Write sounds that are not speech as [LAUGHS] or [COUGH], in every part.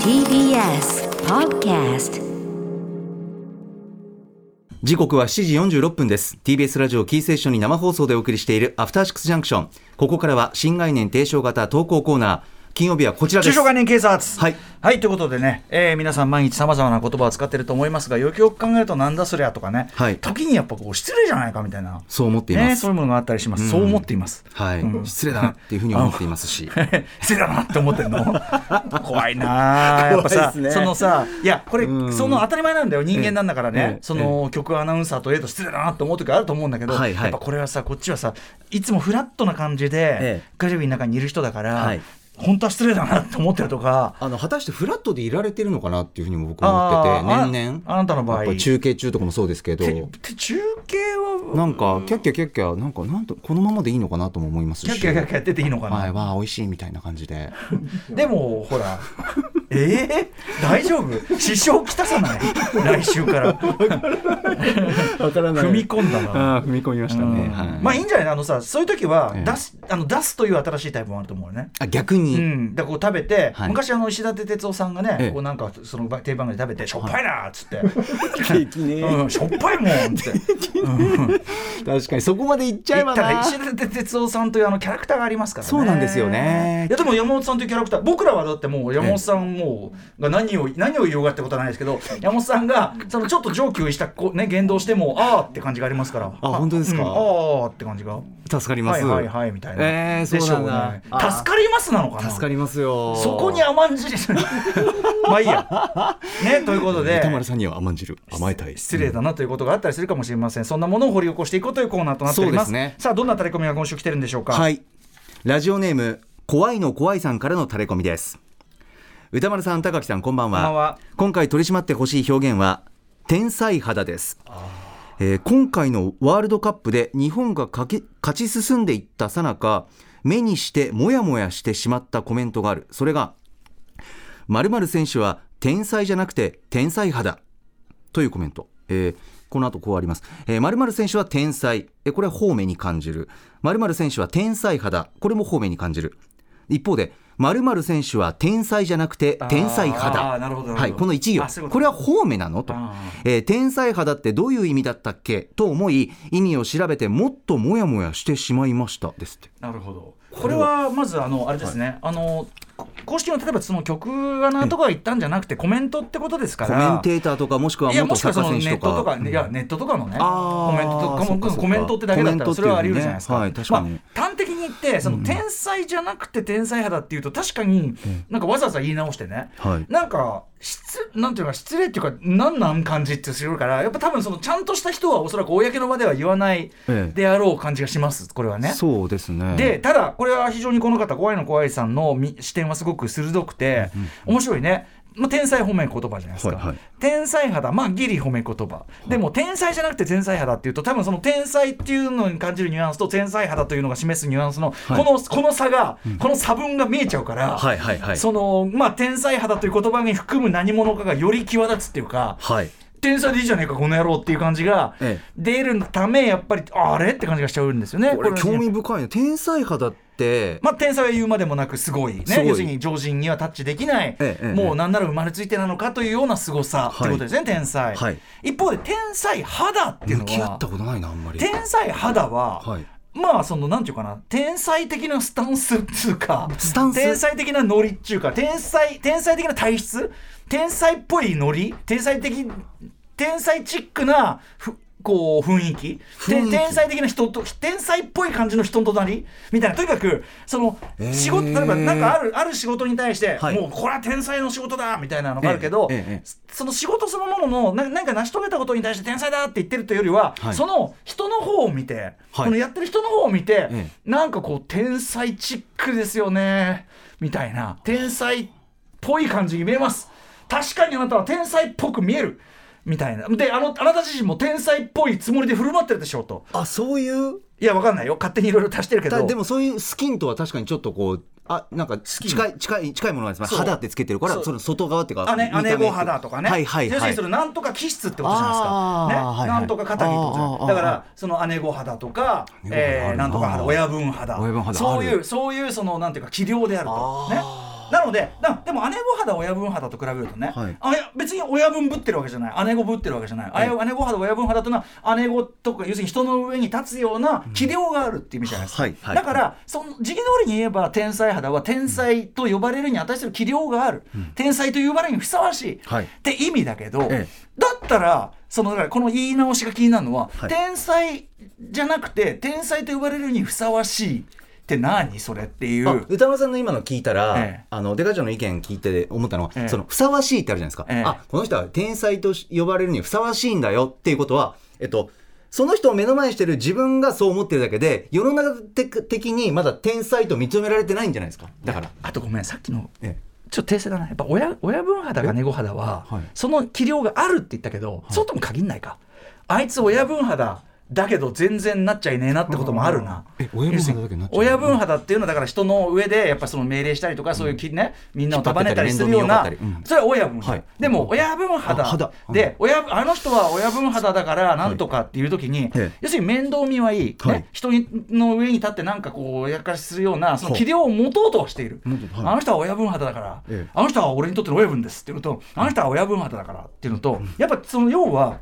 TBS Podcast 時刻は7時46分です TBS ラジオキーセーションに生放送でお送りしているアフターシックスジャンクションここからは新概念提唱型投稿コーナー金曜日はこちらで中す小概念警察。はい。ということでね、えー皆さん毎日さまざまな言葉を使ってると思いますが、よくよく考えるとなんだそりゃとかね、はい時にやっぱこう失礼じゃないかみたいな、そう思っています、ね、そういうものがあったりします。そう思っています。 [LAUGHS] はい、うん失礼だなっていうふうに思っています [LAUGHS] し失礼だなって思ってる [LAUGHS] の怖いなあやっぱさ怖いっすねそのさいやこれうんその当たり前なんだよ人間なんだからえええねえその曲アナウンサーといえど失礼だなって思う時あると思うんだけどはいはいやっぱこれはさこっちはさいつもフラットな感じでええガジェビの中にいる人だからはい本当は失礼だなって思ってるとかあの果たしてフラットでいられてるのかなっていうふうにも僕は思ってあてー年々ああなたの場合やっぱ中継中とかもそうですけどてて中継はなんかキャッキャキャッキャなんかなんとこのままでいいのかなとも思いますしキャッキャキャッキャやってていいのかな、はいわあ美味しいみたいな感じ [LAUGHS] ででもほら [LAUGHS] えー、大丈夫支障きたさない来 [LAUGHS] 週からわから踏み込んだな踏み込みましたうんね、はいまあいいんじゃないあのさそういう時はええ出す、あの出すという新しいタイプもあると思うよねあ逆に、うん、だからこう食べて、はい昔あの石立哲夫さんがね、ええこうなんかその定番で食べて「しょっぱいな」っつって「ねうん、しょっぱいもん」って確かにそこまでいっちゃえ言ばったなら石立哲夫さんというあのキャラクターがありますからねそうなんですよねいやでも山本さんというキャラクター僕らはだってもう山本さんもうが何を何を言おうがってことはないですけど山本さんがそのちょっと上級したこうね言動してもああって感じがありますからあ本当ですかうんああって感じが助かりまはいすはいはいみたいな、えーでしょそうなんだねあ助かりますなのかな助かりますよそこに甘んじり [LAUGHS] まあいいや [LAUGHS] ねということで歌丸さんには甘んじる甘えたい失礼だなということがあったりするかもしれません、そんなものを掘り起こしていこうというコーナーとなっておりますそうですねさあどんなタレコミが今週来てるんでしょうかはいラジオネーム怖いの怖いさんからのタレコミです歌丸さん高木さんこんばんはこんばんは今回取り締まってほしい表現は天才肌ですえー今回のワールドカップで日本がかけ勝ち進んでいったさなか目にしてモヤモヤしてしまったコメントがあるそれが〇〇選手は天才じゃなくて天才肌というコメント、えーこの後こうあります、えー、〇〇選手は天才、えーこれは方面に感じる〇〇選手は天才肌これも方面に感じる一方で〇〇選手は天才じゃなくて天才あー肌なるほどなるほどはい、この一行あそういうことこれは方面なのとあ、えー天才肌ってどういう意味だったっけと思い意味を調べてもっとモヤモヤしてしまいましたですってなるほどこれはまずあのあれですね、あのこ公式の例えばその曲がなんとか言ったんじゃなくてコメントってことですかコメらンテーターとかもしくはいや元もしサッかしたカらそーの選手ネッとトとかか、いやネットとかのねあーコメントとそっかそコっかコメントってだけだったらそれはあり得るじゃないですか、コメントっていうねはい確まあ、端的に言ってその天才じゃなくて天才派だっていうと確かになんかわざわざ言い直してね、はいなんか失なんていうか失礼っていうかなんなん感じってするからやっぱ多分そのちゃんとした人はおそらく公の場では言わないええであろう感じがしますこれはね。そうですねでただこれは非常にこの方怖いの怖いさんのみ視点はすごく鋭くて、面白いね、まあ、天才褒め言葉じゃないですか、はいはい天才肌まあギリ褒め言葉、でも天才じゃなくて天才肌っていうと多分その天才っていうのに感じるニュアンスと天才肌というのが示すニュアンスの、いこのこの差が、この差分が見えちゃうから、はいはいはいそのまあ天才肌という言葉に含む何者かがより際立つっていうか、はい天才でいいじゃねえかこの野郎っていう感じがええ出るためやっぱりあれって感じがしちゃうんですよね。これの興味深いね天才肌って、まあ、天才は言うまでもなくすごいねすごい要するに常人にはタッチできない、ええええもう何なら生まれついてなのかというようなすごはさいということですね、天才、はい一方で天才肌っていう向のき合はったことないなあんまり天才肌は、はいまあそのなんていうかな天才的なスタンスっつうかスタンス天才的なノリっちゅうか天才天才的な体質天才っぽいノリ天才的天才チックなふこう雰囲気雰囲気て天才的な人と天才っぽい感じの人となりみたいなとにかくそのえー仕事、例えばなんかあるある仕事に対して、はいもうこれは天才の仕事だみたいなのがあるけど、ええええその仕事そのもののななんか成し遂げたことに対して天才だって言ってるというよりは、はいその人の方を見て、はいこのやってる人の方を見て、えなんかこう天才チックですよねみたいな天才っぽい感じに見えます確かにあなたは天才っぽく見えるみたいなであのあなた自身も天才っぽいつもりで振る舞ってるでしょうとあそういういやわかんないよ勝手にいろいろ足してるけたどでもそういうスキンとは確かにちょっとこうあなんかキン近い近い近いものがありますそう肌ってつけてるからそそうの外側っていうか姉見た目姉御肌とかね、はいはい要すはるいにそれなんとか気質ってことじゃないですあーか、ねはいはいなんとか肩着ってことじゃあーあーなあーいだからその姉御肌とか、姉御肌あえるなーなんとか肌親分肌親分肌そういあうそういうそのなんていうか器量であるとねなのでだでも姉御肌親分肌と比べるとね、はいあいや別に親分ぶってるわけじゃない姉御ぶってるわけじゃない、あや姉御肌親分肌というのは姉御とか要するに人の上に立つような器量があるっていう意味じゃないですか、はいはいだからその時期通りに言えば天才肌は天才と呼ばれるに値する器量がある、天才と呼ばれるにふさわしい、はいって意味だけど、ええだったらそのだからこの言い直しが気になるのは、はい天才じゃなくて天才と呼ばれるにふさわしいって何それっていう。あ歌丸さんの今の聞いたら、ええあのデカちゃんの意見聞いて思ったのは、ええそのふさわしいってあるじゃないですか、ええあこの人は天才と呼ばれるにふさわしいんだよっていうことはえっとその人を目の前にしてる自分がそう思ってるだけで世の中的にまだ天才と認められてないんじゃないですかだから、あとごめんさっきのえちょっと訂正だなやっぱ親親分肌が猫肌は、はいその器量があるって言ったけど、そうとも限んないかあいつ親分肌だけど全然なっちゃいねえなってこともあるな、え親分肌だけどなっちゃいねえ親分肌っていうのはだから人の上でやっぱその命令したりとかそういうき、ねみんなを束ねたりするよう引っ張なってたり面倒見よかったりうんそれは親分肌、はいでも親分肌あ肌うんで親分あの人は親分肌だからなんとかっていう時に、ええ要するに面倒見はいい、ねはい人の上に立ってなんかこうやらかしするようなその器量を持とうとはしている、持とうはいあの人は親分肌だから、ええあの人は俺にとっての親分ですっていうのと、あの人は親分肌だからっていうのと、やっぱその要は。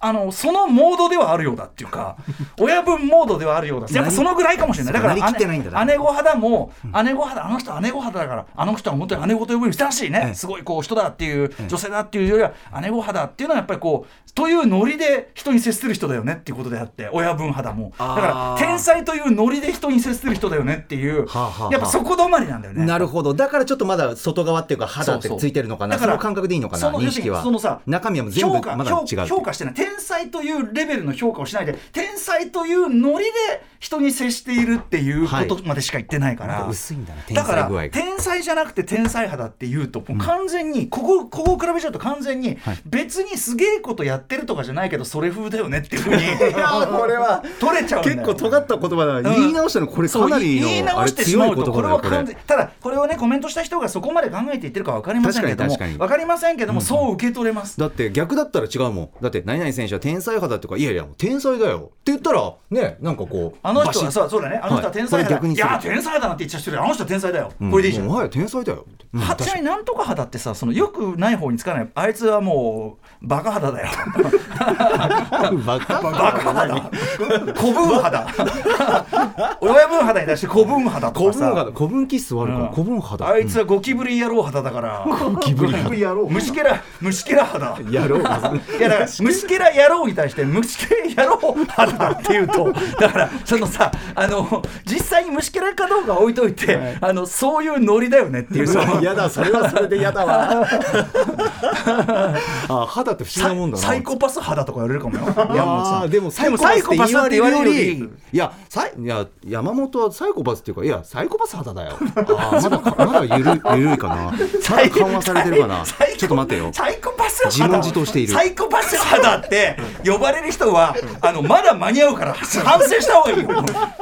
あのそのモードではあるようだっていうか [LAUGHS] 親分モードではあるようだやっぱそのぐらいかもしれないだからなりきってないんだな姉姉御肌も姉御肌あの人は姉御肌だからあの人は本当に姉御と呼ぶにふさわしいね、ええすごいこう人だっていう女性だっていうよりは姉御肌っていうのはやっぱりこうというノリで人に接する人だよねっていうことであって親分肌もだあーから天才というノリで人に接する人だよねっていう、はあはあはあやっぱそこ止まりなんだよね。なるほどだからちょっとまだ外側っていうか肌ってそうそうついてるのかなだそからの感覚でいいのかなその認識は要するにそのさ中身はもう全部評価まだ違うっていう評評価してない天才というレベルの評価をしないで天才というノリで人に接しているっていうことまでしか言ってないから、まだ薄いんだな天だか才ら具合が天才じゃなくて天才肌っていうともう完全に、ここここを比べちゃうと完全に、別にすげえことやってるとかじゃないけどそれ風だよねってい [LAUGHS] うふうにこれは取れちゃうんだよ結構尖った言葉だな、言い直したのこれそかうなり言いのあ直れしてしま強いう言とこ葉れだよはこ完れ全ただこれをねコメントした人がそこまで考えて言ってるかわかりませんけれども確かに確かにわかりませんけども、そう受け取れますだって逆だったら違うもんだって何々選手は天才派だとかいやいやもう天才だよって言ったらねなんかこうあの人バシッはそうそうだねあの人は天才はいこれ肌、逆い、にするや天才肌なんて言っちゃしてるあの人は天才だよ、うんこれでいいじゃんもうもはや天才だよって、うんはちなみになんとか肌ってさそのよくない方につかないあいつはもうバカ肌 [LAUGHS] だよバカバカ肌古 [LAUGHS] 文肌親分肌に対して古文肌と古かさ文肌古文キスはあるから、うん古文肌あいつはゴキブリ野郎肌だからゴキブリ野郎 [LAUGHS] 虫けら虫けら肌やろういやだから虫けら野郎に対して虫けら野郎肌っていう [LAUGHS] とだからそのさあの実際に虫けらかどうかは置いといて、あのそういうノリだよねっていうそのやだそれはそれでやだわ [LAUGHS] あ肌って不思議なもんだなサイコパス肌とか言われるかもよ山本さあーんでもサイコパサスイってコ言パスわってれ言われるるよよりりいやサイいや山本はサイコパスっていうかいやサイコパス肌だよあーまだかまだゆるゆるいか [LAUGHS] なまだ緩和されてるかなサイちょっと待ってよサイコパス肌自問自答しているサイコパス肌って呼ばれる人はあのまだ間に合うから反省した方がいいよ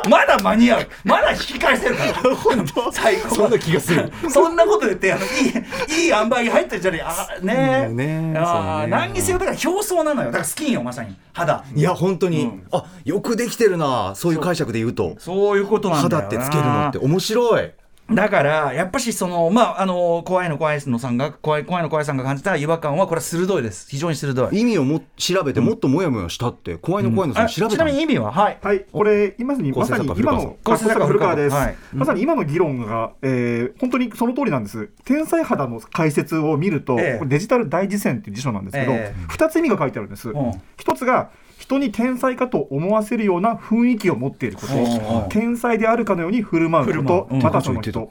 まだ間に合うまだ引き返せるから本当サイコパスそんな気がするそんなこと言ってあのいいいい塩梅に入ってるじゃねえあねえ、うんねあそーうね何にせよだから表層なのよだからスキンよまさに肌いや本当に、あよくできてるなそういう解釈で言うとそういうことなんだ肌よってつけるのって面白いだからやっぱしそのまああの怖いの怖いのさんが怖い怖いの怖いさんが感じた違和感はこれは鋭いです非常に鋭い意味をも調べてもっともやもやしたって怖いの怖いのさあん調べちたのなみに意味ははいはい、これ、今に構ま成さ作家に今古川さんの構成作家古川古です、川はいまさに今の議論が、えー本当にその通りなんです。天才肌の解説を見ると、ええこれデジタル大辞典っていう辞書なんですけど、ええ2つ意味が書いてあるんです。ん一つが人に天才かと思わせるような雰囲気を持っているこおうおうと、天才であるかのように振る舞うこ振ると、舞ううんまたその人。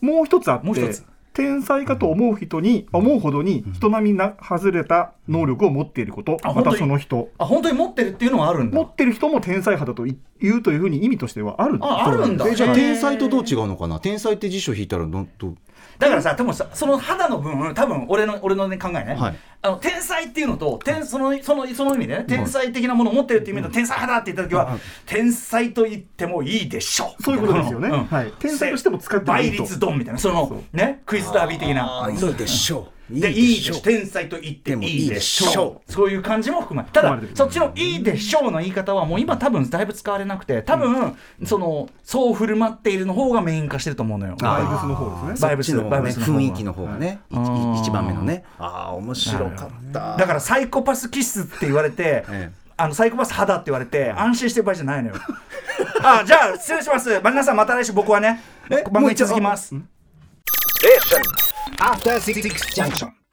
もう一つあってもう一つ天才かと思う人に思うほどに人並みな外れた能力を持っていること、あま本当たにその人。あ本当に持ってるっていうのはあるんだ持ってる人も天才肌とい言うというふうに意味としてはあるああるんだえじゃあへー天才とどう違うのかな天才って辞書引いたらどどだからさ、多分さ、その肌の部分、多分俺の俺のね考えね。はいあの天才っていうのと、天そのそのその意味でね、天才的なものを持ってるっていう意味で、天才肌って言った時は、天才と言ってもいいでしょう。そういうことですよねんはい天才としても使ってもいいと倍率ドンみたいな、そのねクイズダービー的な。そうでしょうでいいでしょう天才と言ってでもいいでしょういいでしょそういう感じも含まれただ含まれてるそっちの「いいでしょう」の言い方はもう今多分だいぶ使われなくて多分、そのそう振る舞っているの方がメイン化してると思うのよあバイブスの方ですねバイブスそっちのバイねブスの方が雰囲気の方がね、いうんい一番目のね。ああ、面白かった。だからサイコパスキスって言われ [LAUGHS] て、ええあのサイコパス肌って言われて安心してる場合じゃないのよあじゃあ失礼しますマリナさんまた来週僕はね番組続きます After Six Junction.